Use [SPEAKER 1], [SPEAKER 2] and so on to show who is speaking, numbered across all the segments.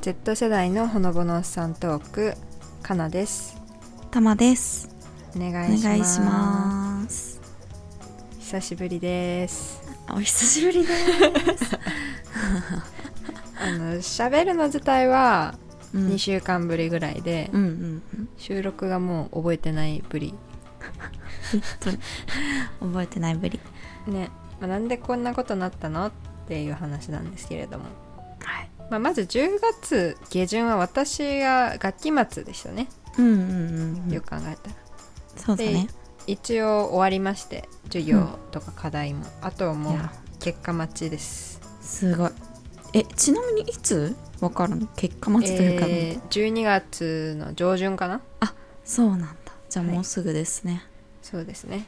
[SPEAKER 1] Z 世代のほのぼのおっさんトークかなです
[SPEAKER 2] たまです
[SPEAKER 1] お願
[SPEAKER 2] お
[SPEAKER 1] いします
[SPEAKER 2] 願いします
[SPEAKER 1] 久しぶりです
[SPEAKER 2] お久しぶりです
[SPEAKER 1] あの喋るの自体は
[SPEAKER 2] うん
[SPEAKER 1] 2週間ぶりぐらいで、
[SPEAKER 2] うんうんうん
[SPEAKER 1] 収録がもう覚えてないぶり
[SPEAKER 2] 覚えてないぶり
[SPEAKER 1] ね、まあ、なんでこんなことになったのっていう話なんですけれども、
[SPEAKER 2] はい
[SPEAKER 1] まあ、まず10月下旬は私が学期末でしたね、
[SPEAKER 2] うんうんうんう
[SPEAKER 1] よ
[SPEAKER 2] ん
[SPEAKER 1] く考えたら
[SPEAKER 2] そうだね
[SPEAKER 1] 一応終わりまして授業とか課題も、あとはも
[SPEAKER 2] いうや
[SPEAKER 1] 結果待ちです
[SPEAKER 2] すごいえちなみにいつわかるの結果待ちというか、
[SPEAKER 1] えー12月の上旬かな
[SPEAKER 2] そうなんだじゃあ
[SPEAKER 1] はい
[SPEAKER 2] もうすぐですね、
[SPEAKER 1] そうですね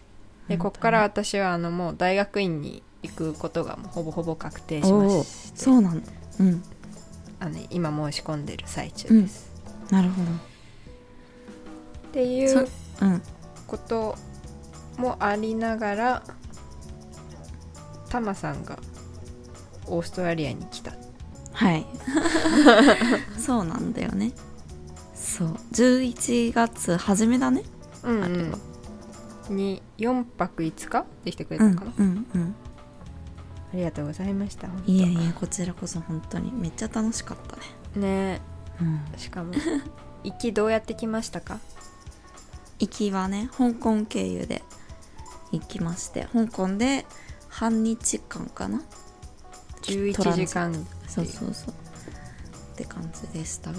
[SPEAKER 1] で
[SPEAKER 2] 本当
[SPEAKER 1] こ
[SPEAKER 2] に
[SPEAKER 1] っから私はあのもう大学院に行くことがもうほぼほぼ確定しま
[SPEAKER 2] おお
[SPEAKER 1] し
[SPEAKER 2] そうなんだうん
[SPEAKER 1] あの今申し込んでる最中です、
[SPEAKER 2] なるほ
[SPEAKER 1] ってい
[SPEAKER 2] そうどうん
[SPEAKER 1] こともありながらタマさんがオーストラリアに来た
[SPEAKER 2] はい そうなんだよねそう11月初めだね
[SPEAKER 1] うん、
[SPEAKER 2] うん
[SPEAKER 1] に4泊5日できてくれ
[SPEAKER 2] う
[SPEAKER 1] た
[SPEAKER 2] ん
[SPEAKER 1] のかな、
[SPEAKER 2] うんうん
[SPEAKER 1] ありがとうございました本当
[SPEAKER 2] いやいやこちらこそ本当にめっちゃ楽しかったね
[SPEAKER 1] ね
[SPEAKER 2] うん
[SPEAKER 1] えしか も行きどうやって来ましたか
[SPEAKER 2] 行きはね香港経由で行きまして香港で半日間かな
[SPEAKER 1] 11
[SPEAKER 2] トランジ
[SPEAKER 1] 時間
[SPEAKER 2] そうそうそうって感じでしたがい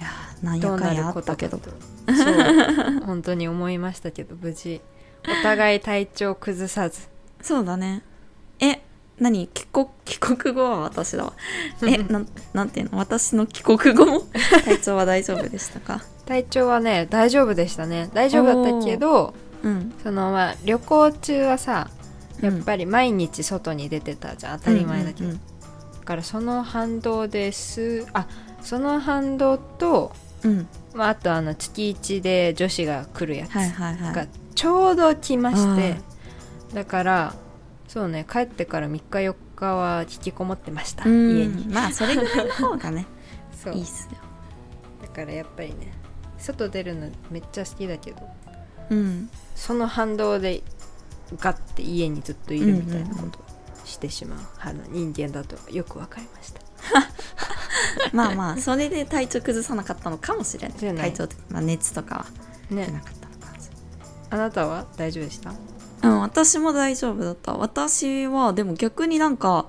[SPEAKER 2] やーなん
[SPEAKER 1] ど
[SPEAKER 2] や
[SPEAKER 1] う
[SPEAKER 2] か
[SPEAKER 1] なん
[SPEAKER 2] や
[SPEAKER 1] る
[SPEAKER 2] あ
[SPEAKER 1] こ
[SPEAKER 2] っ
[SPEAKER 1] と
[SPEAKER 2] たけ
[SPEAKER 1] かと
[SPEAKER 2] ど
[SPEAKER 1] そう本当に思いましたけど無事お互い体調崩さず
[SPEAKER 2] そうだねえ何帰国帰国後は私だわえなんなんていうの私の帰国後 も体調は大丈夫でしたか
[SPEAKER 1] 体調はね大丈夫でしたね大丈夫だったけど
[SPEAKER 2] うん
[SPEAKER 1] そのまあ旅行中はさやっ
[SPEAKER 2] り
[SPEAKER 1] ぱり毎日外に出てたじゃん当たり前だけど、
[SPEAKER 2] うん
[SPEAKER 1] だからその反動ですあその反動と、
[SPEAKER 2] うんうん
[SPEAKER 1] まあ、あとあの月1で女子が来るやつ
[SPEAKER 2] はいはいは
[SPEAKER 1] が
[SPEAKER 2] い
[SPEAKER 1] ちょうど来まして、だからそうね帰ってから3日4日は引きこもってました、
[SPEAKER 2] うん
[SPEAKER 1] 家に
[SPEAKER 2] まあそれぐらいの方がね
[SPEAKER 1] そう
[SPEAKER 2] いいっすよ
[SPEAKER 1] だからやっぱりね外出るのめっちゃ好きだけど
[SPEAKER 2] うん
[SPEAKER 1] その反動でガッて家にずっといるみたいなことをしてしまう,、あの人間だとよく分かりました
[SPEAKER 2] まあまあそれで体調崩さなかったのかもしれない
[SPEAKER 1] じゃない
[SPEAKER 2] 体調的、まあ、熱とかは出
[SPEAKER 1] ね
[SPEAKER 2] なかったのかもしれない
[SPEAKER 1] あなたは大丈夫でした
[SPEAKER 2] うん私も大丈夫だった私はでも逆になんか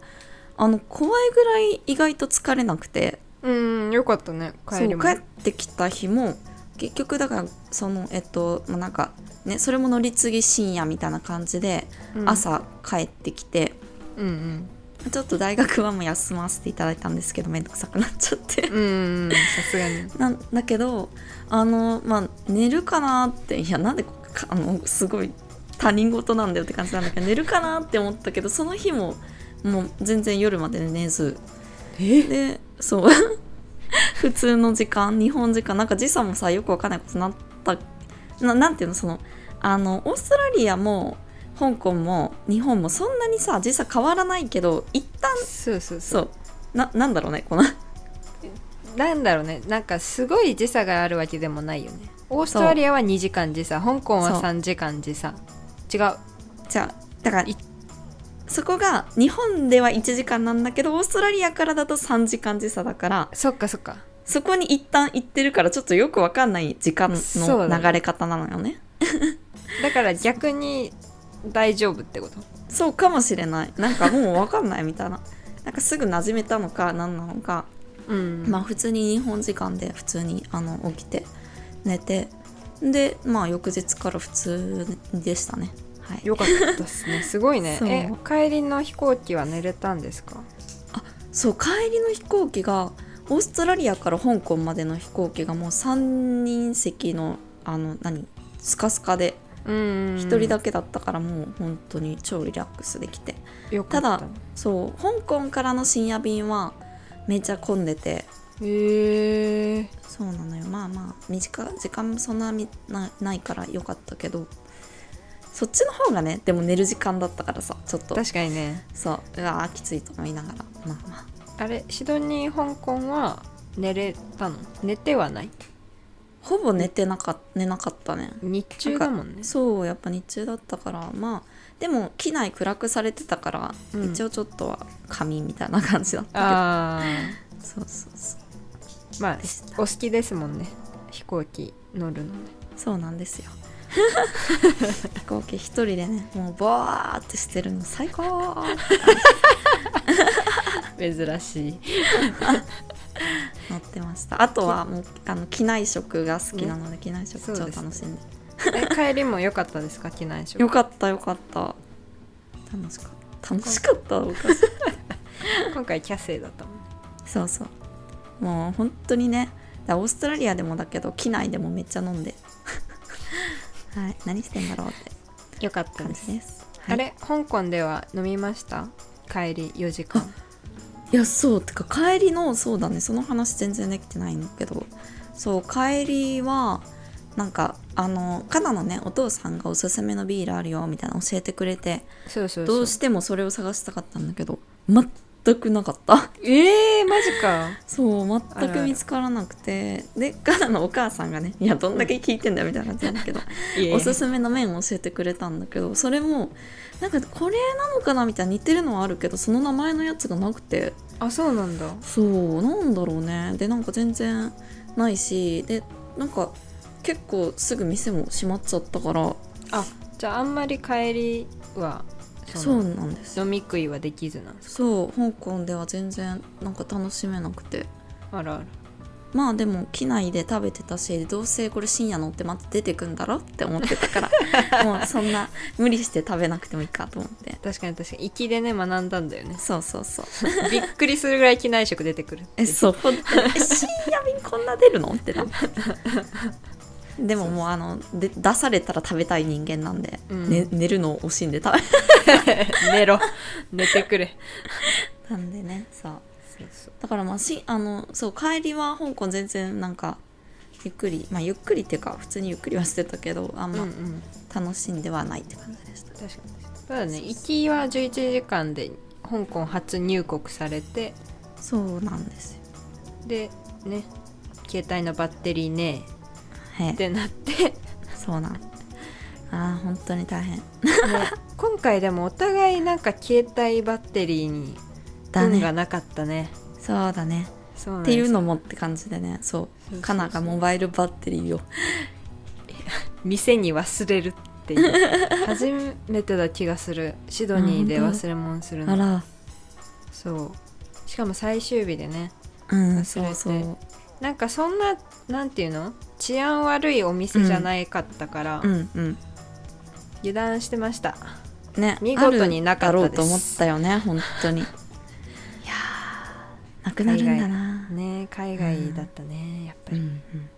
[SPEAKER 2] あの怖いぐらい意外と疲れなくて
[SPEAKER 1] うんよかったね
[SPEAKER 2] そ
[SPEAKER 1] 帰り
[SPEAKER 2] う
[SPEAKER 1] も
[SPEAKER 2] 帰ってきた日も結局だからそのえっとまあなんかねそれも乗り継ぎ深夜みたいな感じで
[SPEAKER 1] うん
[SPEAKER 2] 朝帰ってきて、
[SPEAKER 1] うん
[SPEAKER 2] ちょっと大学はもう休ませていただいたんですけどめんどくさくなっちゃって
[SPEAKER 1] うんうんうんさすがに
[SPEAKER 2] なんだけどあのまあ寝るかなっていやなんでこかあのすごい他人事なんだよって感じなんだけど寝るかなって思ったけどその日ももう全然夜まで寝ず
[SPEAKER 1] え
[SPEAKER 2] でそう 普通の時間日本時間なんか時差もさよくわかんないことになったななんていうのそのあのオーストラリアも香港も日本もそんなにさ時差変わらないけど一旦
[SPEAKER 1] そうそうそう
[SPEAKER 2] そうななんだろうねこの
[SPEAKER 1] なんだろうねなんかすごい時差があるわけでもないよねオーストラリアは2時間時差香港は3時間時差違う
[SPEAKER 2] じゃあだから
[SPEAKER 1] い
[SPEAKER 2] そこが日本では1時間なんだけどオーストラリアからだと3時間時差だから
[SPEAKER 1] そっかそっか
[SPEAKER 2] そこに一旦行ってるからちょっとよくわかんない時間
[SPEAKER 1] そうだ
[SPEAKER 2] の
[SPEAKER 1] ね
[SPEAKER 2] 流れ方なのよね
[SPEAKER 1] だから逆に大丈夫ってこと
[SPEAKER 2] そうかもしれないなんかもうわかんないみたいな なんかすぐ馴染めたのか何なのか、
[SPEAKER 1] うん
[SPEAKER 2] まあ普通に日本時間で普通にあの起きて寝てでまあ翌日から普通でしたねはい
[SPEAKER 1] よかったです ね。すごいね。
[SPEAKER 2] そう
[SPEAKER 1] え、帰りの飛行機は寝れたんですか。
[SPEAKER 2] そう帰りの飛行機がオーストラリアから香港までの飛行機がもう3人席のあの何スカスカで
[SPEAKER 1] うんうんうん。
[SPEAKER 2] 1人だけだったからもう本当に超リラックスできて、
[SPEAKER 1] よかった
[SPEAKER 2] ただそう香港からの深夜便はめっちゃ混んでて
[SPEAKER 1] へえ。
[SPEAKER 2] そうなのよまあまあ短い時間もそんなみなないからよかったけどそっちの方がねでも寝る時間だったからさちょっと
[SPEAKER 1] 確かにね。
[SPEAKER 2] そううわーきついと思いながらまあまあ
[SPEAKER 1] あれシドニー香港は寝れたの寝てはない
[SPEAKER 2] ほぼ寝てなか寝なかったね
[SPEAKER 1] 日中だもんね
[SPEAKER 2] そうやっぱ日中だったからまあでも機内暗くされてたから、
[SPEAKER 1] うん
[SPEAKER 2] 一応ちょっとは紙みたいな感じだった
[SPEAKER 1] あ
[SPEAKER 2] けどそうそうそう
[SPEAKER 1] ーまあお好きですもんね飛行機乗るのね
[SPEAKER 2] そうなんですよ飛行機一人でねもうボワーってしてるの最高
[SPEAKER 1] 珍しい
[SPEAKER 2] 乗ってましたあとはもうあの機内食が好きなので、機内食
[SPEAKER 1] そ
[SPEAKER 2] 超
[SPEAKER 1] う
[SPEAKER 2] 楽
[SPEAKER 1] です
[SPEAKER 2] しんで
[SPEAKER 1] え帰りも良かったですか機内食
[SPEAKER 2] よかったよかった楽しかった楽しかったおかしい
[SPEAKER 1] 今回キャセイだったもん
[SPEAKER 2] そうそうもう本当にねだからオーストラリアでもだけど機内でもめっちゃ飲 んではい何してんだろうって
[SPEAKER 1] 良かった
[SPEAKER 2] 感
[SPEAKER 1] で
[SPEAKER 2] じ
[SPEAKER 1] す
[SPEAKER 2] です、
[SPEAKER 1] あ
[SPEAKER 2] はい
[SPEAKER 1] れ香港では飲みました帰り4時間
[SPEAKER 2] いやそうてか帰りのそうだねその話全然できてないんだけどそう帰りはなんかあのカナのねお父さんがおすすめのビールあるよみたいなの教えてくれて
[SPEAKER 1] そうそうそう
[SPEAKER 2] どうしてもそれを探したかったんだけど全くなかった
[SPEAKER 1] ええマジか
[SPEAKER 2] そう
[SPEAKER 1] あ
[SPEAKER 2] 全
[SPEAKER 1] るあ
[SPEAKER 2] く
[SPEAKER 1] る
[SPEAKER 2] 見つからなくてでカナのお母さんがねいやどんだけ聞いてんだよみたいな感じなんだけどおす
[SPEAKER 1] す
[SPEAKER 2] すめの麺を教えてくれたんだけどそれもなんかこれなのかなみたいな似てるのはあるけどその名前のやつがなくて
[SPEAKER 1] あそうなんだ
[SPEAKER 2] そうなんだろうねでなんか全然ないしでなんか結構すぐ店も閉まっちゃったから
[SPEAKER 1] あじゃああんまり帰りはそ
[SPEAKER 2] そう
[SPEAKER 1] の
[SPEAKER 2] なんですよ
[SPEAKER 1] 飲み食いはできずなんです
[SPEAKER 2] そう香港では全然なんか楽しめなくて
[SPEAKER 1] あらあら
[SPEAKER 2] まあでも機内で食べてたしどうせこれ深夜乗ってまた出てくんだろって思ってたから もうそんな無理して食べなくてもいいかと思って
[SPEAKER 1] 確かに確かに行きでね学んだんだよね
[SPEAKER 2] そうそうそう
[SPEAKER 1] びっくりするぐらい機内食出てくるって
[SPEAKER 2] えそう本当 にえ深夜便こんな出るのってなってでももうあので出されたら食べたい人間なんで、
[SPEAKER 1] うん
[SPEAKER 2] ね、寝るのを惜しんで食べ
[SPEAKER 1] 寝ろ 寝てくれ
[SPEAKER 2] なんでねそうだからまあしあのそう帰りは香港全然なんかゆっくりまあゆっくりっていうか普通にゆっくりはしてたけどあん
[SPEAKER 1] うんう
[SPEAKER 2] ま
[SPEAKER 1] ん
[SPEAKER 2] 楽しんではないって感じでした、
[SPEAKER 1] 確かにただね行きは11時間で香港初入国されて
[SPEAKER 2] そうなんですよ
[SPEAKER 1] でね携帯のバッテリーね
[SPEAKER 2] はい
[SPEAKER 1] ってなって
[SPEAKER 2] そうなんあー本当に大変
[SPEAKER 1] ね今回でもお互いなんか携帯バッテリーに
[SPEAKER 2] だ
[SPEAKER 1] 運が
[SPEAKER 2] ね
[SPEAKER 1] なかったね
[SPEAKER 2] そうだね
[SPEAKER 1] そうなん
[SPEAKER 2] っ
[SPEAKER 1] で
[SPEAKER 2] て
[SPEAKER 1] す
[SPEAKER 2] いうのもって感じでねそ
[SPEAKER 1] そうそう
[SPEAKER 2] うカナがモバイルバッテリーを
[SPEAKER 1] 店に忘れるって いう初めてだ気がするシドニーで忘れ物する
[SPEAKER 2] あ
[SPEAKER 1] の
[SPEAKER 2] ら
[SPEAKER 1] そうしかも最終日でね
[SPEAKER 2] う
[SPEAKER 1] 忘
[SPEAKER 2] ん
[SPEAKER 1] れ
[SPEAKER 2] そう
[SPEAKER 1] て
[SPEAKER 2] そう
[SPEAKER 1] なんかそんななんていうの治安悪いお店じゃないかったから、
[SPEAKER 2] うんうん
[SPEAKER 1] 油断してました
[SPEAKER 2] ね
[SPEAKER 1] 見事になかったです
[SPEAKER 2] あるだろうと思ったよね本当にいやーなくなるんだな、
[SPEAKER 1] ね海外だったねやっぱ
[SPEAKER 2] うんう
[SPEAKER 1] り
[SPEAKER 2] ん、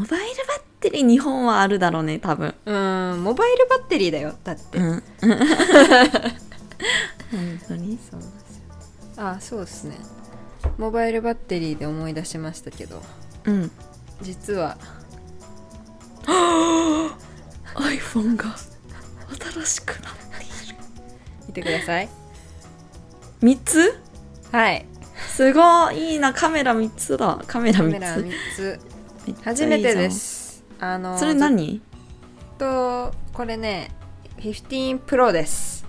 [SPEAKER 2] モバイルバッテリー日本はあるだろうね多分
[SPEAKER 1] うんモバイルバッテリーだよだって、
[SPEAKER 2] うん 本当に
[SPEAKER 1] そうなんですよあそうですねモバイルバッテリーで思い出しましたけど
[SPEAKER 2] うん
[SPEAKER 1] 実は
[SPEAKER 2] iPhone が新しくなっている
[SPEAKER 1] 見てください
[SPEAKER 2] 3つ
[SPEAKER 1] はい
[SPEAKER 2] すごいいいなカメラ3つだカメラ
[SPEAKER 1] カ
[SPEAKER 2] 3つ
[SPEAKER 1] メラ3つ
[SPEAKER 2] めっちゃいいじ
[SPEAKER 1] 初
[SPEAKER 2] ゃん
[SPEAKER 1] めてですあの
[SPEAKER 2] それ何
[SPEAKER 1] ずっとこれね15 Pro です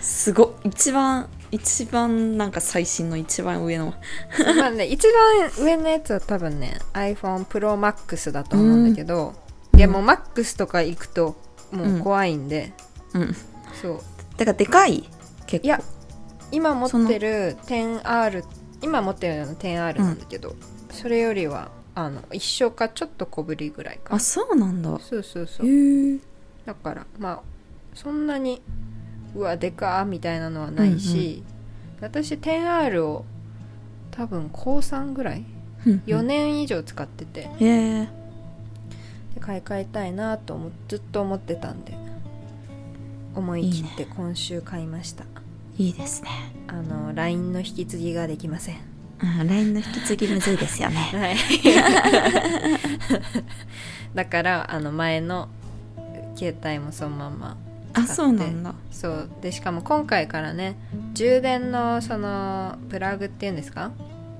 [SPEAKER 2] すごっ一番一番なんか最新の一番上の
[SPEAKER 1] まあ ね一番上のやつは多分ね iPhone Pro Max だと思うんだけど、
[SPEAKER 2] ん
[SPEAKER 1] いやもう Max とか行くともう怖いんで、
[SPEAKER 2] うん
[SPEAKER 1] そう
[SPEAKER 2] だからでかい結構
[SPEAKER 1] いや今持ってる 10R 今持ってるの 10R なんだけど、それよりはあの一緒かちょっと小ぶりぐらいか
[SPEAKER 2] あそうなんだ
[SPEAKER 1] そうそうそ
[SPEAKER 2] へ
[SPEAKER 1] う
[SPEAKER 2] え
[SPEAKER 1] だからまあそんなにうわでかーみたいなのはないし、私 10R を多分高3ぐらい4年以上使ってて、
[SPEAKER 2] へえ
[SPEAKER 1] で買い替えたいなと思ずっと思ってたんで思い切って今週買いました
[SPEAKER 2] いいですね
[SPEAKER 1] あの LINE の引き継ぎができません
[SPEAKER 2] うん LINE の引き継ぎむずいですよね
[SPEAKER 1] はい だからあの前の携帯もそのまま
[SPEAKER 2] あそうなんだ
[SPEAKER 1] そうでしかも今回からね充電のそのプラグっていうんですか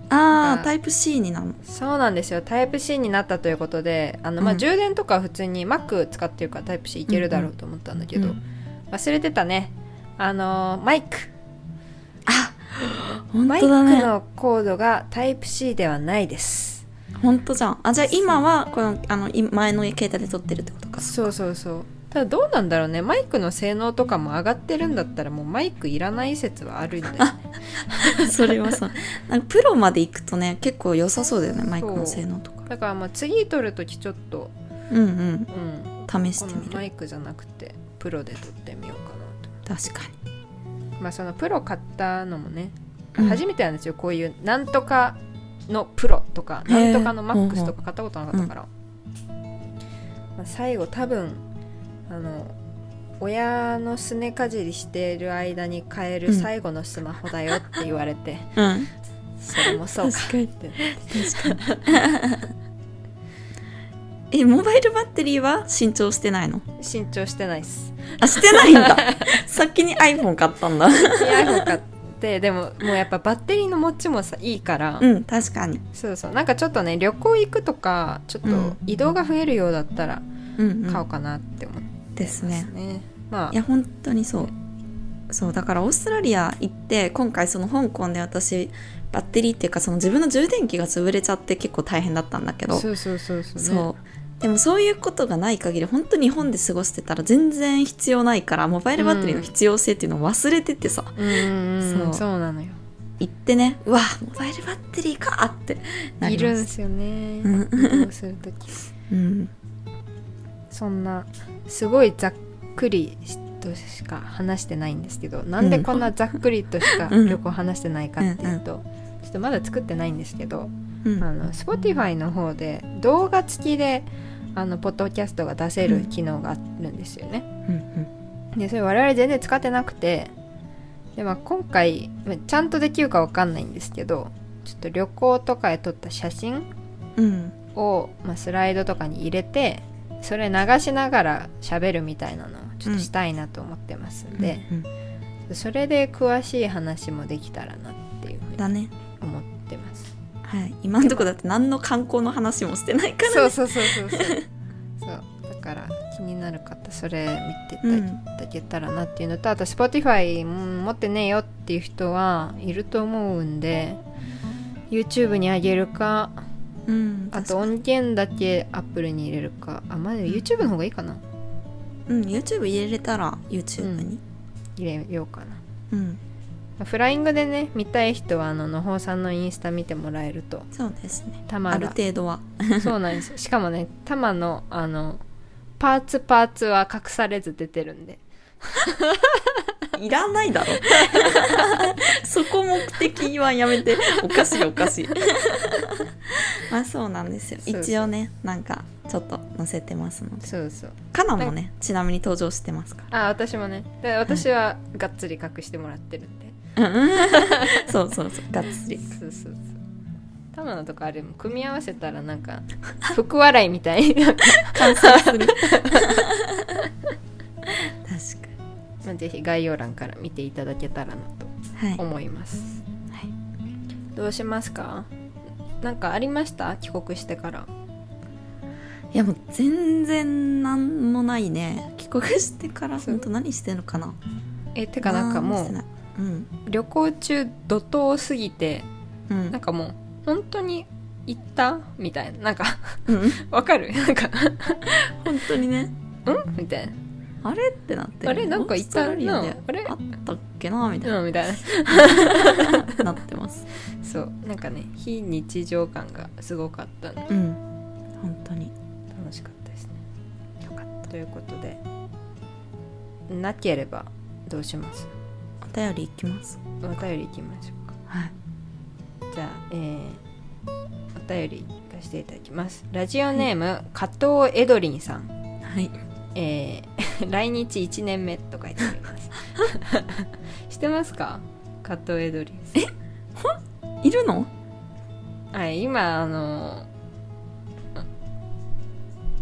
[SPEAKER 2] あ
[SPEAKER 1] が
[SPEAKER 2] あタイプ C になるの
[SPEAKER 1] そうなんですよタイプ C になったということであの、まあ
[SPEAKER 2] うん
[SPEAKER 1] 充電とかは普通に Mac 使ってるからタイプ C いけるだろうと思ったんだけど、
[SPEAKER 2] うん
[SPEAKER 1] 忘れてたねあのマイク
[SPEAKER 2] 本
[SPEAKER 1] マイク
[SPEAKER 2] 当だね
[SPEAKER 1] のコードがタイプ C ではないです
[SPEAKER 2] 本当じゃんあじゃあ今はこのあのい前の携帯で撮ってるってことか
[SPEAKER 1] そうそうそうただどうなんだろうねマイクの性能とかも上がってるんだったらもうマイクいらない説はあるんだよね
[SPEAKER 2] それはさなんかプロまで行くとね結構良さそうだよねマイクの性能とか
[SPEAKER 1] だからもう次撮るときちょっと、
[SPEAKER 2] うん
[SPEAKER 1] うん、
[SPEAKER 2] うん試し
[SPEAKER 1] こ
[SPEAKER 2] て
[SPEAKER 1] の
[SPEAKER 2] み
[SPEAKER 1] マ
[SPEAKER 2] る
[SPEAKER 1] イクじゃなくてプロで撮ってみようかな
[SPEAKER 2] 確かに
[SPEAKER 1] とまあそのプロ買ったのもね、
[SPEAKER 2] うん
[SPEAKER 1] 初めてなんですよこういうなんとかのプロとか
[SPEAKER 2] へ
[SPEAKER 1] なんと
[SPEAKER 2] ー
[SPEAKER 1] かのマックスとか買ったことなかったから、まあ、最後多分あの親のすねかじりしている間に買える最後のスマホだよって言われて、
[SPEAKER 2] うん
[SPEAKER 1] それもそうか
[SPEAKER 2] 確かに
[SPEAKER 1] って
[SPEAKER 2] 確かに えモバイルバッテリーは新調してないの
[SPEAKER 1] 新調してないっす
[SPEAKER 2] あしてない んだ先に iPhone 買ったんだ
[SPEAKER 1] iPhone 買ってでももうやっぱバッテリーの持ちもさいいから、
[SPEAKER 2] うん確かに
[SPEAKER 1] そうそうなんかちょっとね旅行行くとかちょっと
[SPEAKER 2] うん
[SPEAKER 1] 移動が増えるようだったら
[SPEAKER 2] うん、うん、
[SPEAKER 1] 買おうかなって思ってま
[SPEAKER 2] です
[SPEAKER 1] すね,、
[SPEAKER 2] ね
[SPEAKER 1] まあ
[SPEAKER 2] いや本当にそうそうだからオーストラリア行って今回その香港で私バッテリーっていうかその自分の充電器が潰れちゃって結構大変だったんだけど
[SPEAKER 1] そうそうそうそう,、ね、
[SPEAKER 2] そうでもそういうことがない限り本当日本で過ごしてたら全然必要ないからモバイルバッテリーの必要性っていうのを忘れてってさ、
[SPEAKER 1] うんうん
[SPEAKER 2] そ
[SPEAKER 1] うん
[SPEAKER 2] う
[SPEAKER 1] そうなのよ
[SPEAKER 2] 行ってねうわモバイルバッテリーかってなり
[SPEAKER 1] いるん
[SPEAKER 2] ま
[SPEAKER 1] ですすよね
[SPEAKER 2] うん
[SPEAKER 1] 移動する時
[SPEAKER 2] うん、
[SPEAKER 1] そんなすごいざっくりとしか話してないんですけどなんでこんなざっくりとしか
[SPEAKER 2] うん
[SPEAKER 1] 旅行話してないかっていうと、ちょっとまだ作ってないんですけど、
[SPEAKER 2] うん
[SPEAKER 1] あの Spotify の方で動画付きであのポッドキャストが出せる機能があるんですよね。
[SPEAKER 2] うん
[SPEAKER 1] でそれ我々全然使ってなくてで、まあ、今回まあちゃんとできるかわかんないんですけどちょっと旅行とかで撮った写真
[SPEAKER 2] うんうん
[SPEAKER 1] を、まあ、スライドとかに入れてそれ流しながら喋るみたいなのをちょっとしたいなと思ってますんで、
[SPEAKER 2] うん
[SPEAKER 1] それで詳しい話もできたらなっていうふうに
[SPEAKER 2] だね
[SPEAKER 1] 思ってます。
[SPEAKER 2] はい今のとこだって何の観光の話もしてないから
[SPEAKER 1] そうそうそうそうそうそうだから気になる方それ見ていただけたらなっていうのと、あと Spotify うん持ってねえよっていう人はいると思うんで YouTube にあげるか
[SPEAKER 2] うん
[SPEAKER 1] あと音源だけ Apple に入れるかあまあでも YouTube の方がいいかな
[SPEAKER 2] うん、YouTube 入れたら YouTube に。
[SPEAKER 1] 入れようかな
[SPEAKER 2] うん、
[SPEAKER 1] フライングでね見たい人はあののほうさんのインスタ見てもらえると
[SPEAKER 2] そうですね。
[SPEAKER 1] たま
[SPEAKER 2] ある
[SPEAKER 1] が
[SPEAKER 2] 程度は。
[SPEAKER 1] そうなんですしかもねタマのあのパーツパーツは隠されず出てるんで
[SPEAKER 2] いらないだろ。そこ目的はやめて、おかしいおかしい。まあそうなんですよ。
[SPEAKER 1] そうそう
[SPEAKER 2] 一応ね、なんかちょっと載せてますので。
[SPEAKER 1] そうそう
[SPEAKER 2] カナもね、ちなみに登場してますか
[SPEAKER 1] あ私もねで私はがっつり隠してもらってるんで、
[SPEAKER 2] ら。うんそうそうそう、がっつり。
[SPEAKER 1] そうそうそうタマのとかあれも組み合わせたらなん か福笑いみ たいな
[SPEAKER 2] 完成する。確か
[SPEAKER 1] まあぜひ概要欄から見ていただけたらなと
[SPEAKER 2] に。はい。
[SPEAKER 1] 思います、
[SPEAKER 2] はい
[SPEAKER 1] どうしますかなんかありました帰国してから
[SPEAKER 2] いやもう全然なんもないね帰国してから
[SPEAKER 1] そう
[SPEAKER 2] 本当何してんのかな
[SPEAKER 1] えてかなんかも
[SPEAKER 2] してな
[SPEAKER 1] う
[SPEAKER 2] いうん
[SPEAKER 1] 旅行中怒涛すぎて
[SPEAKER 2] うん
[SPEAKER 1] なんかもう本当に行ったみたいななんか
[SPEAKER 2] うん
[SPEAKER 1] わかるなんか
[SPEAKER 2] 本当にね
[SPEAKER 1] うんみたいな
[SPEAKER 2] あれってなって
[SPEAKER 1] あれなんかいたな
[SPEAKER 2] オーストラリアで
[SPEAKER 1] あれ
[SPEAKER 2] あったっけなみたい
[SPEAKER 1] うんみたいな
[SPEAKER 2] ななってます
[SPEAKER 1] そうなんかね非日常感がすごかったんで
[SPEAKER 2] うん本当に
[SPEAKER 1] 楽しかったですねよかったということでなければどうします
[SPEAKER 2] お便りいきます
[SPEAKER 1] お便り行きましょうか
[SPEAKER 2] はい
[SPEAKER 1] じゃあえーお便り行かせていただきますラジオネーム、加藤エドリンさん
[SPEAKER 2] はい
[SPEAKER 1] えー 来日1年目と書いてあります してますか加藤エドリンさん
[SPEAKER 2] いるの
[SPEAKER 1] はい、今あの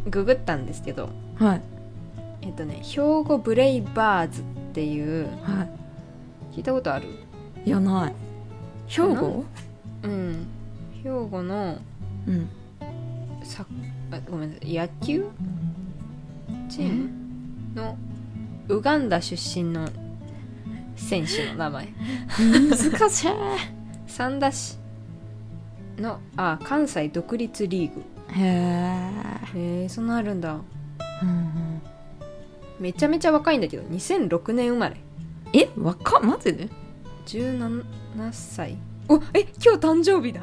[SPEAKER 1] ググったんですけど
[SPEAKER 2] はい
[SPEAKER 1] えっとね兵庫ブレイバーズっていう
[SPEAKER 2] はい
[SPEAKER 1] 聞いたことある
[SPEAKER 2] いやない兵庫
[SPEAKER 1] うん兵庫の
[SPEAKER 2] うん
[SPEAKER 1] さあごめんなさい野球チームのウガンダ出身の選手の名前
[SPEAKER 2] 難しい
[SPEAKER 1] 三田市のあ関西独立リーグ
[SPEAKER 2] へえ、
[SPEAKER 1] へえそんなあるんだ
[SPEAKER 2] うん
[SPEAKER 1] めちゃめちゃ若いんだけど2006年生まれ
[SPEAKER 2] え若っマジで
[SPEAKER 1] 17歳おえ今日誕生日だ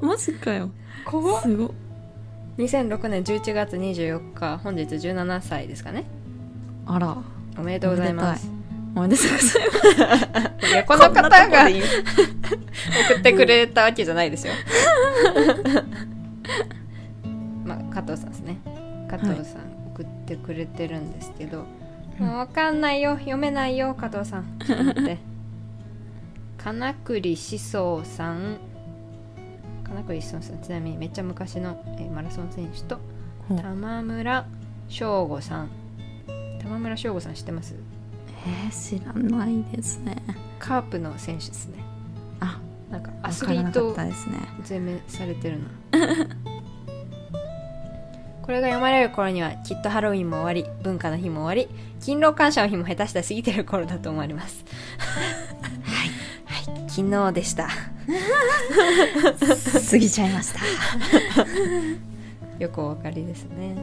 [SPEAKER 2] マジかよ
[SPEAKER 1] 怖っ
[SPEAKER 2] すごっ
[SPEAKER 1] 2006年11月24日本日17歳ですかね
[SPEAKER 2] あら
[SPEAKER 1] おめでとうございます
[SPEAKER 2] おめでとうございます
[SPEAKER 1] いやこの
[SPEAKER 2] こんな
[SPEAKER 1] 方
[SPEAKER 2] とこ
[SPEAKER 1] が
[SPEAKER 2] で
[SPEAKER 1] 送ってくれたわけじゃない ですよまあ加藤さんですね加藤さん、送ってくれてるんですけど、
[SPEAKER 2] うん
[SPEAKER 1] もう分かんないよ読めないよ加藤さんちょっと待って 金栗志宗さん金栗志宗さんちなみにめっちゃ昔の、えーマラソン選手と
[SPEAKER 2] ほう
[SPEAKER 1] 玉村翔吾さん玉村翔吾さん知ってます
[SPEAKER 2] えー、知らないですね
[SPEAKER 1] カープの選手ですね
[SPEAKER 2] あ
[SPEAKER 1] なんかア
[SPEAKER 2] わ
[SPEAKER 1] ス
[SPEAKER 2] か
[SPEAKER 1] リ
[SPEAKER 2] ら
[SPEAKER 1] ー
[SPEAKER 2] なか
[SPEAKER 1] ト
[SPEAKER 2] ったですね
[SPEAKER 1] 全面されてるな これが読まれる頃にはきっとハロウィンも終わり文化の日も終わり勤労感謝の日も下手したら過ぎてる頃だと思われます はい、はい、昨日でした
[SPEAKER 2] 過ぎちゃいました
[SPEAKER 1] よくお分かりですね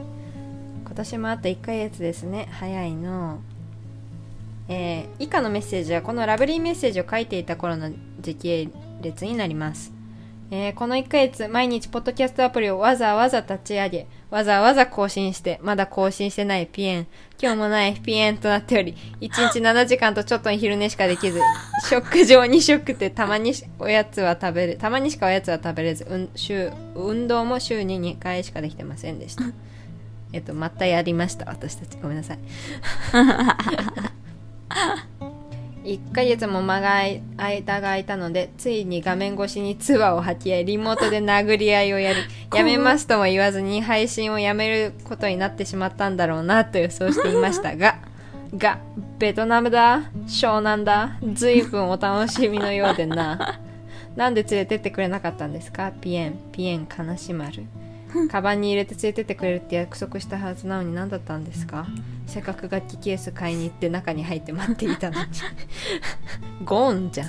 [SPEAKER 1] 今年もあと1ヶ月ですね早いのえー以下のメッセージはこのラブリーメッセージを書いていた頃の時系列になります、えーこの1ヶ月毎日ポッドキャストアプリをわざわざ立ち上げわざわざ更新してまだ更新してないピエン今日もないピエンとなっており1日7時間とちょっと昼寝しかできずショック状にショックでたまにしおやつは食べれたまにしかおやつは食べれず、うん、週運動も週に2回しかできてませんでしたえっとまたやりました私たちごめん なさい1ヶ月も間が空い間が空いたのでついに画面越しにツアーを吐き合いリモートで殴り合いをやり
[SPEAKER 2] 怖
[SPEAKER 1] や
[SPEAKER 2] い
[SPEAKER 1] めますとも言わずに配信をやめることになってしまったんだろうなと予想していました ががベトナムだ湘南だ随分お楽しみのようでななんで連れてってくれなかったんですかピエンピエン悲しまるカバンに入れて連れてってくれるって約束したはずなのに何だったんですかせっかく楽器ケース買いに行って中に入って待っていたのにゴーンじゃん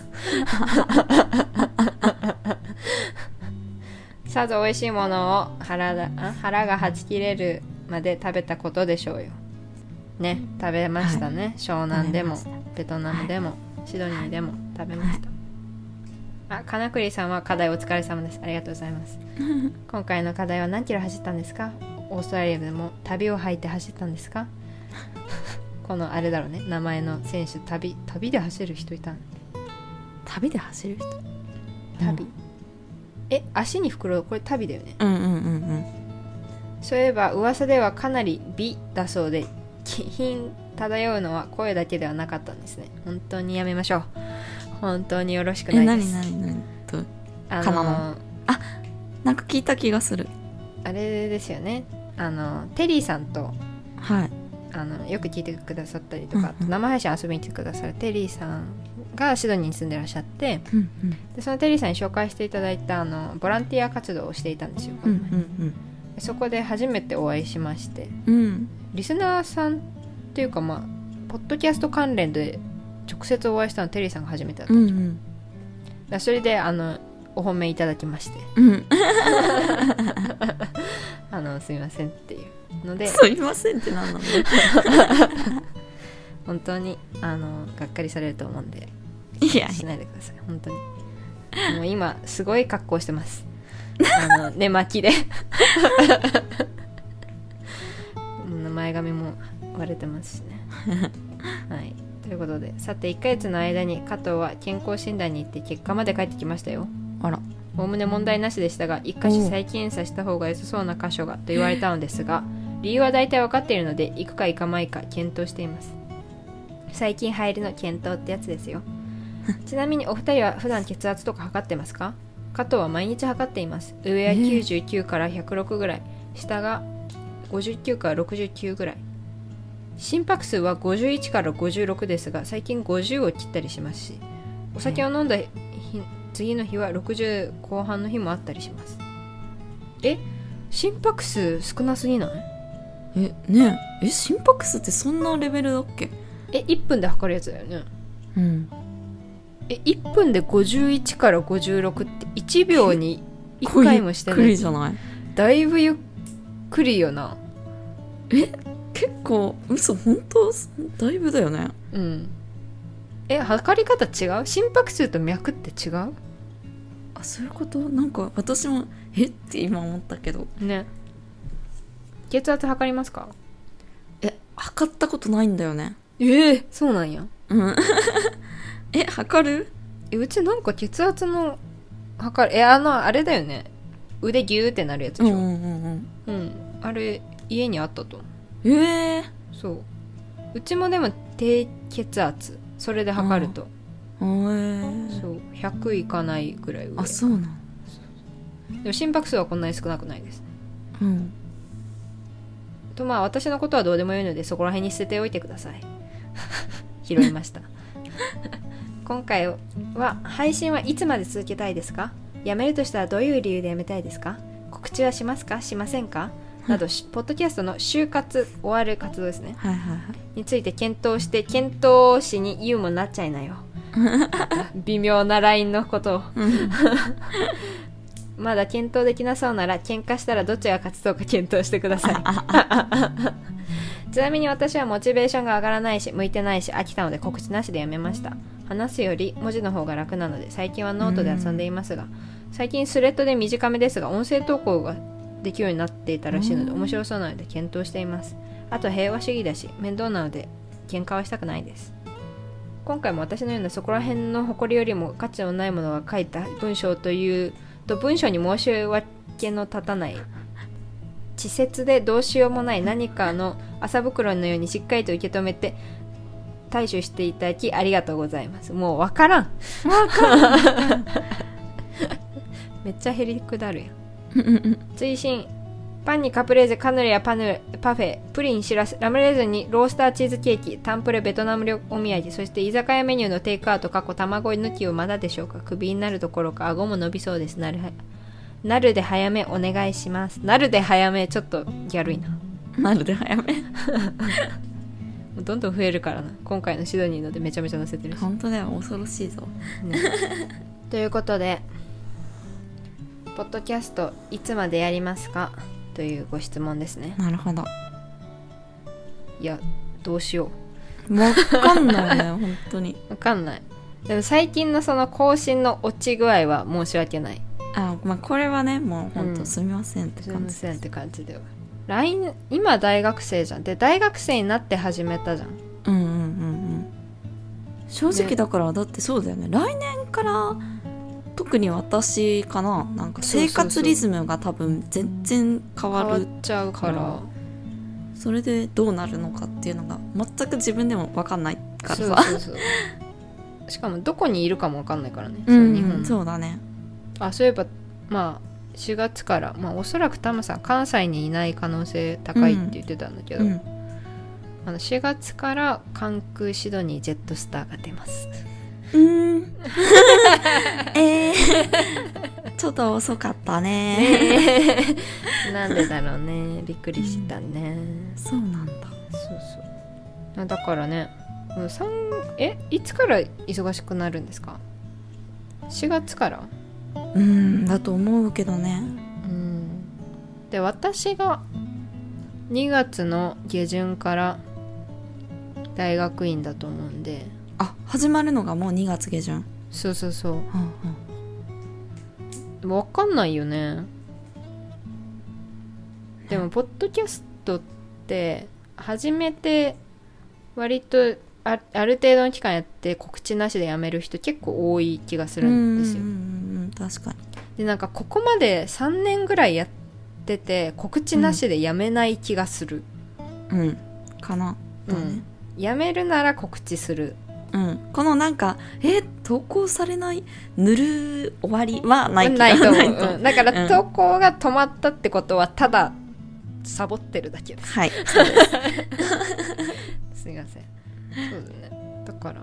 [SPEAKER 1] さぞ美味しいものを腹だあ腹がはち切れるまで食べたことでしょうよね食べましたね、湘南でも
[SPEAKER 2] 食べ
[SPEAKER 1] ベトナムでも、シドニーでも食べました、あ金栗さんは課題お疲れ様ですありがとうございます今回の課題は何キロ走ったんですかオーストラリアでも旅を履いて走ったんです かこのあれだろうね名前の選手旅旅で走る人いたの
[SPEAKER 2] 旅で走る人
[SPEAKER 1] 旅、え足に袋これ旅だよね
[SPEAKER 2] うんうんうんうん
[SPEAKER 1] そういえば噂ではかなり美だそうで気品漂うのは声だけではなかったんですね本当にやめましょう本当によろしく
[SPEAKER 2] え
[SPEAKER 1] ないで
[SPEAKER 2] 何
[SPEAKER 1] す
[SPEAKER 2] 何何と
[SPEAKER 1] あ
[SPEAKER 2] か
[SPEAKER 1] の
[SPEAKER 2] なのなんか聞いた気がする
[SPEAKER 1] あれですよねあのテリーさんと
[SPEAKER 2] はい
[SPEAKER 1] あのよく聞いてくださったりとか、
[SPEAKER 2] うんうん
[SPEAKER 1] 生配信遊びに来てくださるテリーさんがシドニーに住んでらっしゃって
[SPEAKER 2] うん
[SPEAKER 1] でそのテリーさんに紹介していただいたあのボランティア活動をしていたんですよ、
[SPEAKER 2] うんうん
[SPEAKER 1] そこで初めてお会いしまして
[SPEAKER 2] うんうん
[SPEAKER 1] リスナーさんっていうかまあポッドキャスト関連で直接お会いしたのテリーさんが初めてだった、
[SPEAKER 2] うん
[SPEAKER 1] だそれであのお褒めいただきまして
[SPEAKER 2] うんうん
[SPEAKER 1] あのすみませんっていう のです
[SPEAKER 2] いませんってなんなの
[SPEAKER 1] 本当にあのがっかりされると思うんで
[SPEAKER 2] いや
[SPEAKER 1] しないでください本当に もう今すごい格好してます あの寝巻き でうん前髪も割れてますし ねはいということでさて1ヶ月の間に加藤は健康診断に行って結果まで帰ってきましたよ
[SPEAKER 2] あら
[SPEAKER 1] おおむね問題なしでしたが一箇所再検査した方が良さそうな箇所がと言われたのです が理由は大体分かっているので行くか行かないか検討しています最近入りの検討ってやつですよちなみにお二人は普段血圧とか測ってますか加藤は毎日測っています上は
[SPEAKER 2] えー
[SPEAKER 1] 99から106ぐらい下が59から69ぐらい心拍数は51から56ですが最近50を切ったりしますしお酒を飲んだ日次の日は60後半の日もあったりしますえ心拍数少なすぎない
[SPEAKER 2] えねええ心拍数ってそんなレベルだっけ
[SPEAKER 1] え1分で測るやつだよね
[SPEAKER 2] うん
[SPEAKER 1] え1分で51から56って1秒に1回もして
[SPEAKER 2] ゆっく
[SPEAKER 1] な
[SPEAKER 2] り
[SPEAKER 1] い
[SPEAKER 2] じゃない
[SPEAKER 1] だいぶゆっくりよな
[SPEAKER 2] 結構嘘本当だいぶだよね
[SPEAKER 1] うんえ測り方違う心拍数と脈って違う
[SPEAKER 2] あそういうことなんか私もえって今思ったけど
[SPEAKER 1] ね血圧測りますか
[SPEAKER 2] え測ったことないんだよね
[SPEAKER 1] ええそうなんや
[SPEAKER 2] うん え測る
[SPEAKER 1] えうちなんか血圧の測るえあのあれだよね腕ギューってなるやつ
[SPEAKER 2] う
[SPEAKER 1] で
[SPEAKER 2] ん
[SPEAKER 1] し
[SPEAKER 2] う
[SPEAKER 1] ょ、
[SPEAKER 2] んうん
[SPEAKER 1] うんあれ家にあったと
[SPEAKER 2] うんええ
[SPEAKER 1] そううちもでも低血圧それで測ると、
[SPEAKER 2] あーえー
[SPEAKER 1] そう100いかないぐらい上
[SPEAKER 2] あそうなん
[SPEAKER 1] でも心拍数はこんなに少なくないですね
[SPEAKER 2] うん
[SPEAKER 1] とまあ私のことはどうでもよいのでそこら辺に捨てておいてください 拾いました今回は配信はいつまで続けたいですかやめるとしたらどういう理由でやめたいですか告知はしますかしませんかな どしポッドキャストの就活終わる活動ですね
[SPEAKER 2] はいはいはい
[SPEAKER 1] について検討して検討士に言うもんなっちゃいな よ微妙なラインのことを
[SPEAKER 2] うん
[SPEAKER 1] まだ検討できなそうなら喧嘩したらどっちが勝ちそうか検討してください ちなみに私はモチベーションが上がらないし向いてないし飽きたので告知なしでやめました話すより文字の方が楽なので最近はノートで遊んでいますが最近スレッドで短めですが音声投稿ができるようになっていたらしいので面白そうなので検討していますあと平和主義だし面倒なので喧嘩はしたくないです今回も私のようなそこら辺の誇りよりも価値のないものが書いた文章というと文章に申し訳の立たない稚拙でどうしようもない何かの麻袋のようにしっかりと受け止めて対処していただきありがとうございますもう分からんめっちゃへりくだるやん
[SPEAKER 2] うんうんうん
[SPEAKER 1] 追伸パンにカプレーゼカヌレやパヌレパフェプリンしらすラムレーズンにロースターチーズケーキタンプレベトナム料お土産そして居酒屋メニューのテイクアウト過去卵抜きをまだでしょうか首になるどころか顎も伸びそうですなるはなるで早めお願いしますなるで早めちょっとギャルいなも
[SPEAKER 2] なるで早め
[SPEAKER 1] うどんどん増えるからな今回のシドニーのでめちゃめちゃ載せてるし、
[SPEAKER 2] 本当だよ恐ろしいぞ
[SPEAKER 1] ねということでポッドキャストいつまでやりますかというご質問ですね
[SPEAKER 2] なるほど
[SPEAKER 1] いやどうしよう
[SPEAKER 2] わかんないね本当に
[SPEAKER 1] わかんないでも最近のその更新の落ち具合は申し訳ない
[SPEAKER 2] あまあこれはねもう本
[SPEAKER 1] う
[SPEAKER 2] 当
[SPEAKER 1] ん
[SPEAKER 2] すみませんって
[SPEAKER 1] すいま
[SPEAKER 2] 感じ
[SPEAKER 1] せんって感じでは LINE 今大学生じゃんで大学生になって始めたじゃん
[SPEAKER 2] うんうんうんうん正直
[SPEAKER 1] ね
[SPEAKER 2] だから、だってそうだよね来年から特に私かななんか
[SPEAKER 1] そうそう
[SPEAKER 2] 生
[SPEAKER 1] そう
[SPEAKER 2] 活リズムが多分全然変わる
[SPEAKER 1] 変わっちゃうから
[SPEAKER 2] それでどうなるのかっていうのが全く自分でも分かんないから
[SPEAKER 1] そう
[SPEAKER 2] さ
[SPEAKER 1] そうそうしかもどこにいるかもわかんないからね、
[SPEAKER 2] う
[SPEAKER 1] その
[SPEAKER 2] ん
[SPEAKER 1] 日本
[SPEAKER 2] そうだね
[SPEAKER 1] あそういえばまあ4月から、まあ、おそらくタムさん関西にいない可能性高いって言ってたんだけど、
[SPEAKER 2] うん
[SPEAKER 1] あの4月から関空シドニージェットスターが出ます
[SPEAKER 2] うーんえー、ちょっと遅かったね
[SPEAKER 1] なんでだろうねびっくりしたね、
[SPEAKER 2] そうなんだ
[SPEAKER 1] そうそうあだからねもう三えいつから忙しくなるんですか4月から
[SPEAKER 2] うんだと思うけどね
[SPEAKER 1] うんで私が2月の下旬から大学院だと思うんで
[SPEAKER 2] あ始まるのがもう2月下旬、
[SPEAKER 1] そうそうそ
[SPEAKER 2] うん
[SPEAKER 1] うわかんないよねでもポッドキャストって始めて割とあある程度の期間やって告知なしでやめる人結構多い気がす
[SPEAKER 2] う
[SPEAKER 1] る
[SPEAKER 2] ん、
[SPEAKER 1] んですよ
[SPEAKER 2] うんうんうん確かに
[SPEAKER 1] でなんかここまで3年ぐらいやってて告知なしでやめない気がする、
[SPEAKER 2] うんかなだ
[SPEAKER 1] う
[SPEAKER 2] ね
[SPEAKER 1] んやめるなら告知する
[SPEAKER 2] うん、このなんかえ投稿されないぬる終わりはない気が
[SPEAKER 1] と思う
[SPEAKER 2] と
[SPEAKER 1] うんだから
[SPEAKER 2] うん
[SPEAKER 1] 投稿が止まったってことはただサボってるだけです
[SPEAKER 2] はい
[SPEAKER 1] すいませんそうだねだから、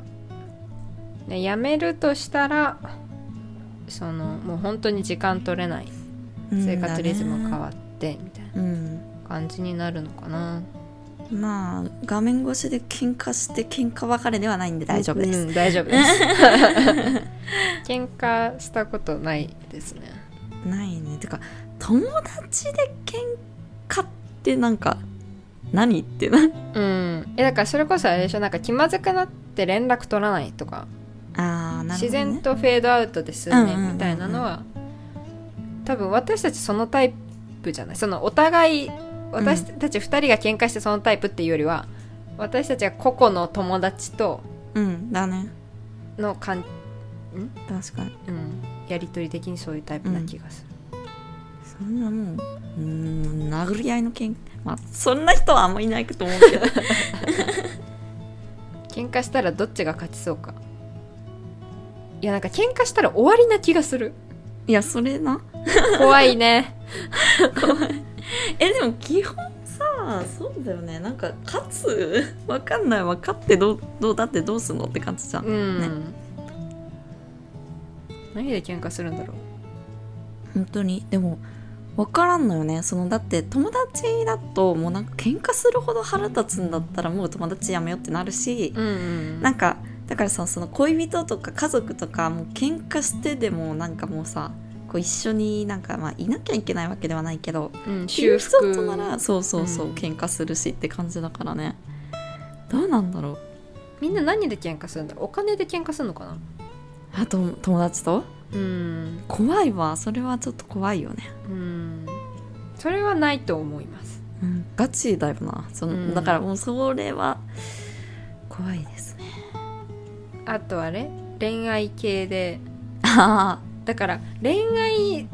[SPEAKER 1] ね、辞めるとしたらそのもう本当に時間取れない 生活リズム変わってみたいな
[SPEAKER 2] うん
[SPEAKER 1] 感じになるのかな
[SPEAKER 2] まあ画面越しで喧嘩して喧嘩別れではないんで大丈夫です、
[SPEAKER 1] うん大丈夫です 喧嘩したことないですね
[SPEAKER 2] ないねてか友達で喧嘩ってなんか何っ てな
[SPEAKER 1] うんえだからそれこそあれでしょなんか気まずくなって連絡取らないとか
[SPEAKER 2] あーなるほど、ね、
[SPEAKER 1] 自然とフェードアウトです
[SPEAKER 2] う
[SPEAKER 1] よ
[SPEAKER 2] んうん
[SPEAKER 1] ね
[SPEAKER 2] うんうん
[SPEAKER 1] みたいなのは多分私たちそのタイプじゃないそのお互い私たち2人が喧嘩してそのタイプっていうよりは私たちは個々の友達と
[SPEAKER 2] うんだね
[SPEAKER 1] の関
[SPEAKER 2] 確かに
[SPEAKER 1] うん、やり取り的にそういうタイプな気がする、
[SPEAKER 2] そんなもううーん殴り合いの喧嘩まあそんな人はあんまいないと思うけど
[SPEAKER 1] 喧嘩したらどっちが勝ちそうかいやなんか喧嘩したら終わりな気が する
[SPEAKER 2] いやそれな
[SPEAKER 1] 怖い ね
[SPEAKER 2] えでも基本さそうだよねなんか勝つ わかんないわ勝ってどうどうだってどうすんのって感じじゃん、
[SPEAKER 1] うん、
[SPEAKER 2] ね
[SPEAKER 1] 何で喧嘩するんだろう
[SPEAKER 2] 本当にでもわからんのよねそのだって友達だともうなんか喧嘩するほど腹立つんだったらもう友達やめようってなるし、
[SPEAKER 1] うんうん
[SPEAKER 2] なんかだからさその恋人とか家族とかもう喧嘩してでもなんかもうさこう一緒になんかまあいなきゃいけないわけではないけど
[SPEAKER 1] うん、
[SPEAKER 2] いう
[SPEAKER 1] 修
[SPEAKER 2] 人
[SPEAKER 1] 復
[SPEAKER 2] とならそうそうそう、
[SPEAKER 1] うん
[SPEAKER 2] 喧嘩するしって感じだからねどうなんだろう
[SPEAKER 1] みんな何で喧嘩するんだろうお金で喧嘩するのかな
[SPEAKER 2] あと友達と
[SPEAKER 1] うん
[SPEAKER 2] 怖いわそれはちょっと怖いよね、
[SPEAKER 1] うんそれはないと思います
[SPEAKER 2] うん、ガチだよなその、
[SPEAKER 1] うん
[SPEAKER 2] だからもうそれは怖いですね
[SPEAKER 1] あとあれ恋愛系で
[SPEAKER 2] あ
[SPEAKER 1] だから恋愛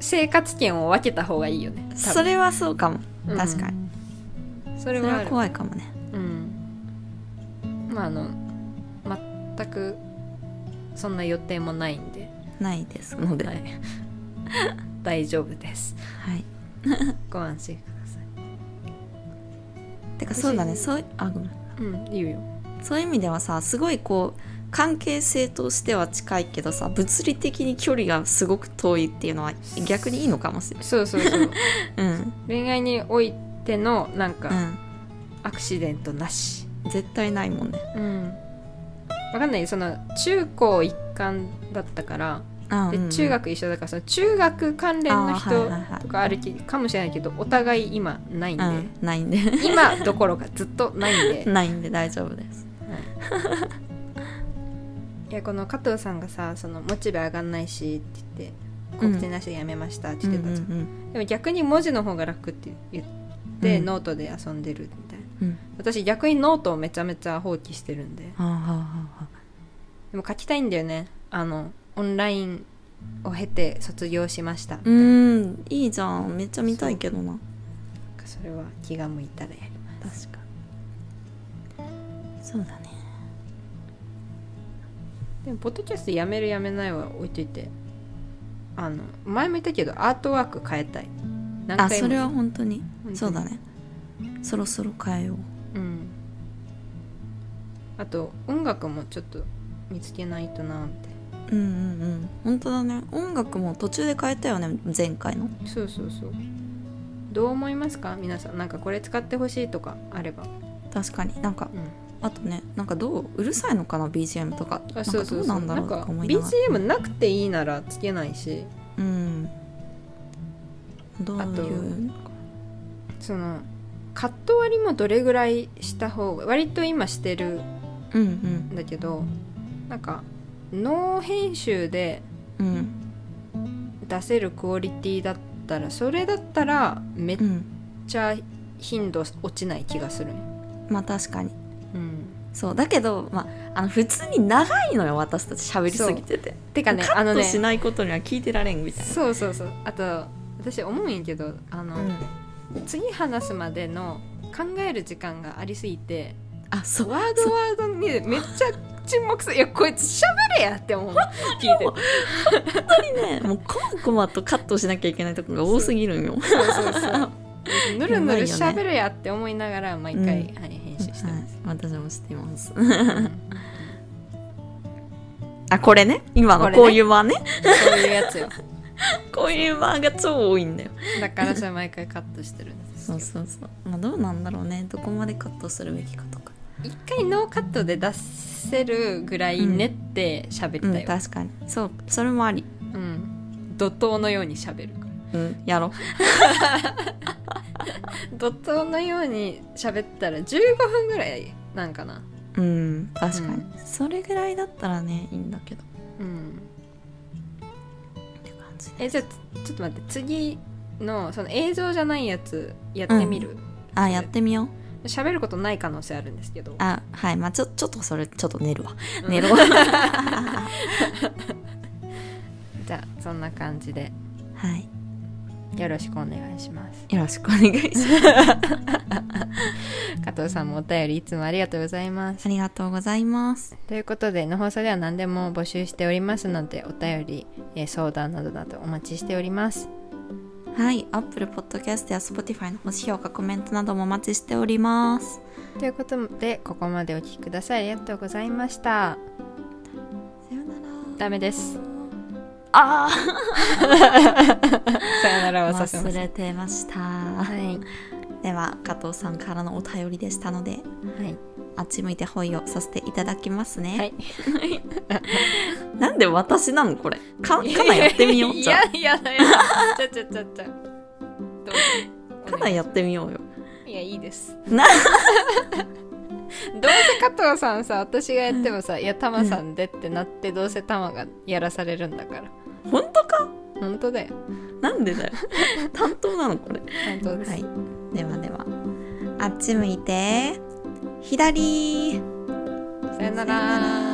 [SPEAKER 1] 生活圏を分けた方がいいよね多
[SPEAKER 2] あ
[SPEAKER 1] 分
[SPEAKER 2] それはそうかも
[SPEAKER 1] うん
[SPEAKER 2] 確かに、
[SPEAKER 1] そ
[SPEAKER 2] そ
[SPEAKER 1] れ
[SPEAKER 2] れ
[SPEAKER 1] はあ
[SPEAKER 2] は
[SPEAKER 1] る
[SPEAKER 2] 怖いかもね
[SPEAKER 1] うんまああの全くそんな予定もないんで、
[SPEAKER 2] ないですので、
[SPEAKER 1] は
[SPEAKER 2] はいい、
[SPEAKER 1] 大丈夫ですご安心くださ
[SPEAKER 2] てかそうだね
[SPEAKER 1] 私
[SPEAKER 2] そういあごめん
[SPEAKER 1] いうんいいよ
[SPEAKER 2] そういう意味ではさすごいこう関係性としては近いけどさ物理的に距離がすごく遠いっていうのは逆にいいのかもしれ
[SPEAKER 1] そうそうそう
[SPEAKER 2] ない、うん
[SPEAKER 1] 恋愛においてのなんか、
[SPEAKER 2] う
[SPEAKER 1] アクシデントなし
[SPEAKER 2] ん、絶対ないもんね、
[SPEAKER 1] うんわかんないその中高一貫だったから
[SPEAKER 2] うん
[SPEAKER 1] で
[SPEAKER 2] うん
[SPEAKER 1] 中学一緒だからその中学関連の
[SPEAKER 2] あーは
[SPEAKER 1] 人
[SPEAKER 2] いはいはい
[SPEAKER 1] とかあるきかもしれないけどお互い今ないんで、
[SPEAKER 2] うん、ないんで
[SPEAKER 1] 今どころかずっとないんで
[SPEAKER 2] ないんで大丈夫です
[SPEAKER 1] いやこの加藤さんがさそのモチベ上がんないしって言って告知なしでやめましたって言ってたじゃん、
[SPEAKER 2] うん
[SPEAKER 1] でも逆に文字の方が楽って言って、
[SPEAKER 2] うん
[SPEAKER 1] ノートで遊んでるみたいな
[SPEAKER 2] うんうん
[SPEAKER 1] 私逆にノートをめちゃめちゃ放棄してるんで
[SPEAKER 2] はあはあはあはあ
[SPEAKER 1] でも書きたいんだよねあのオンラインを経て卒業しました、
[SPEAKER 2] うーんいいじゃんめっちゃ見たいけどな
[SPEAKER 1] それは気が向いたらやりま
[SPEAKER 2] 確かにそうだね
[SPEAKER 1] すでもポッドキャストやめるやめないは置いといてあの前も言ったけどアートワーク変えたい何
[SPEAKER 2] あ
[SPEAKER 1] も
[SPEAKER 2] それは本当に
[SPEAKER 1] 当に
[SPEAKER 2] そうだねそろそろ変えよう
[SPEAKER 1] うんあと音楽もちょっと見つけないとなみたい
[SPEAKER 2] うんうんうん本当だね音楽も途中で変えたよね前回の
[SPEAKER 1] なそうそうそうどう思いますか皆さんなんかこれ使ってほしいとかあれば、
[SPEAKER 2] 確かになんか
[SPEAKER 1] うん、
[SPEAKER 2] あとねなんかどううるさいのかな BGM とかなん
[SPEAKER 1] あ
[SPEAKER 2] か
[SPEAKER 1] そうそ
[SPEAKER 2] ど
[SPEAKER 1] う
[SPEAKER 2] う
[SPEAKER 1] そう
[SPEAKER 2] な
[SPEAKER 1] ん
[SPEAKER 2] だろうと
[SPEAKER 1] か
[SPEAKER 2] か思いながら
[SPEAKER 1] BGM なくていいならつけないし
[SPEAKER 2] うんどう
[SPEAKER 1] あと
[SPEAKER 2] いう
[SPEAKER 1] そのカット割りもどれぐらいした方が割と今してる
[SPEAKER 2] うん
[SPEAKER 1] んだけどなんかノー編集で
[SPEAKER 2] うんうん
[SPEAKER 1] 出せるクオリティだったらそれだったらめっ
[SPEAKER 2] うん
[SPEAKER 1] ちゃ頻度落ちない気がするね
[SPEAKER 2] まあ確かに
[SPEAKER 1] うん
[SPEAKER 2] そうだけど、まあ、あの普通に長いのよ私たち喋りすぎてて
[SPEAKER 1] てかね
[SPEAKER 2] カ
[SPEAKER 1] あの
[SPEAKER 2] ット
[SPEAKER 1] ね
[SPEAKER 2] しないことには聞いてられんみたいな
[SPEAKER 1] そうそうそうあと私思うんやけどあの、
[SPEAKER 2] うん
[SPEAKER 1] 次話すまでの考える時間がありすぎて
[SPEAKER 2] あそう
[SPEAKER 1] ワードワードにめっちゃ沈黙するいやこいつ喋れやって思う聞いてて
[SPEAKER 2] ねもうこまこまとカットしなきゃいけないとこが多すぎるんよ
[SPEAKER 1] そうそうそう。ぬるぬる喋るやって思いながら毎回、
[SPEAKER 2] う
[SPEAKER 1] はい編禁止してます、
[SPEAKER 2] 私も知っています
[SPEAKER 1] うん
[SPEAKER 2] あこれね今の
[SPEAKER 1] これね
[SPEAKER 2] こういう場ね
[SPEAKER 1] そういうやつよ
[SPEAKER 2] こういう場が超多いんだよ
[SPEAKER 1] だからそれ毎回カットしてるんです
[SPEAKER 2] そ
[SPEAKER 1] よ
[SPEAKER 2] うそうそうまあどうなんだろうねどこまでカットするべきかとか、
[SPEAKER 1] 一回ノーカットで出せるぐらい練って喋り
[SPEAKER 2] う
[SPEAKER 1] た
[SPEAKER 2] ん、
[SPEAKER 1] いわ、
[SPEAKER 2] 確かにそうそれもあり
[SPEAKER 1] うん怒涛のように喋るから
[SPEAKER 2] うんやろ
[SPEAKER 1] 怒涛のように喋ったら15分ぐらいなんかな
[SPEAKER 2] ううん確かに、
[SPEAKER 1] う
[SPEAKER 2] それぐらいだったらねいいんだけど
[SPEAKER 1] うん
[SPEAKER 2] って感じ
[SPEAKER 1] えじゃあつちょっと待って次のその映像じゃないやつやってみる
[SPEAKER 2] あやってみよう
[SPEAKER 1] 喋、ることない可能性あるんですけど
[SPEAKER 2] あはいまあちょちょっとそれちょっと寝るわ
[SPEAKER 1] うん
[SPEAKER 2] 寝ろ は
[SPEAKER 1] じゃあそんな感じで
[SPEAKER 2] い
[SPEAKER 1] よろしくお願いします
[SPEAKER 2] よろしくお願いし ます
[SPEAKER 1] 加藤さんもお便りいつもありがとうございます
[SPEAKER 2] ありがとうございます
[SPEAKER 1] ということで、の放送では何でも募集しておりますので、お便り、えー相談などなどお待ちしております。
[SPEAKER 2] はい Apple Podcast や Spotify の星評価コメントなどもお待ちしております
[SPEAKER 1] ということで、ここまでお聞きください。ありがとうございました。
[SPEAKER 2] さよなら
[SPEAKER 1] ダメです。
[SPEAKER 2] あー
[SPEAKER 1] さよならをさせま
[SPEAKER 2] 忘
[SPEAKER 1] す。
[SPEAKER 2] れてました、
[SPEAKER 1] はい。
[SPEAKER 2] では加藤さんからのお便りでしたので
[SPEAKER 1] はい。
[SPEAKER 2] あっち向いてほいをさせていただきますね、
[SPEAKER 1] はい。
[SPEAKER 2] なんで私なのこれかかなやってみ よう
[SPEAKER 1] い
[SPEAKER 2] じゃ
[SPEAKER 1] や
[SPEAKER 2] あ、
[SPEAKER 1] いやだよ。ちゃちゃちゃちゃ。どう
[SPEAKER 2] かなやってみようよ
[SPEAKER 1] いや、いいです。
[SPEAKER 2] な
[SPEAKER 1] どうせ加藤さんさ、私がやってもさ、いや、タマさんでってなって、どうせタマがやらされるんだから。
[SPEAKER 2] 本当か
[SPEAKER 1] 本当だよ。
[SPEAKER 2] なんでだ よ担当なのこれ
[SPEAKER 1] 本当です。
[SPEAKER 2] はい、ではではあっち向いて左
[SPEAKER 1] さよな
[SPEAKER 2] さよな
[SPEAKER 1] ら。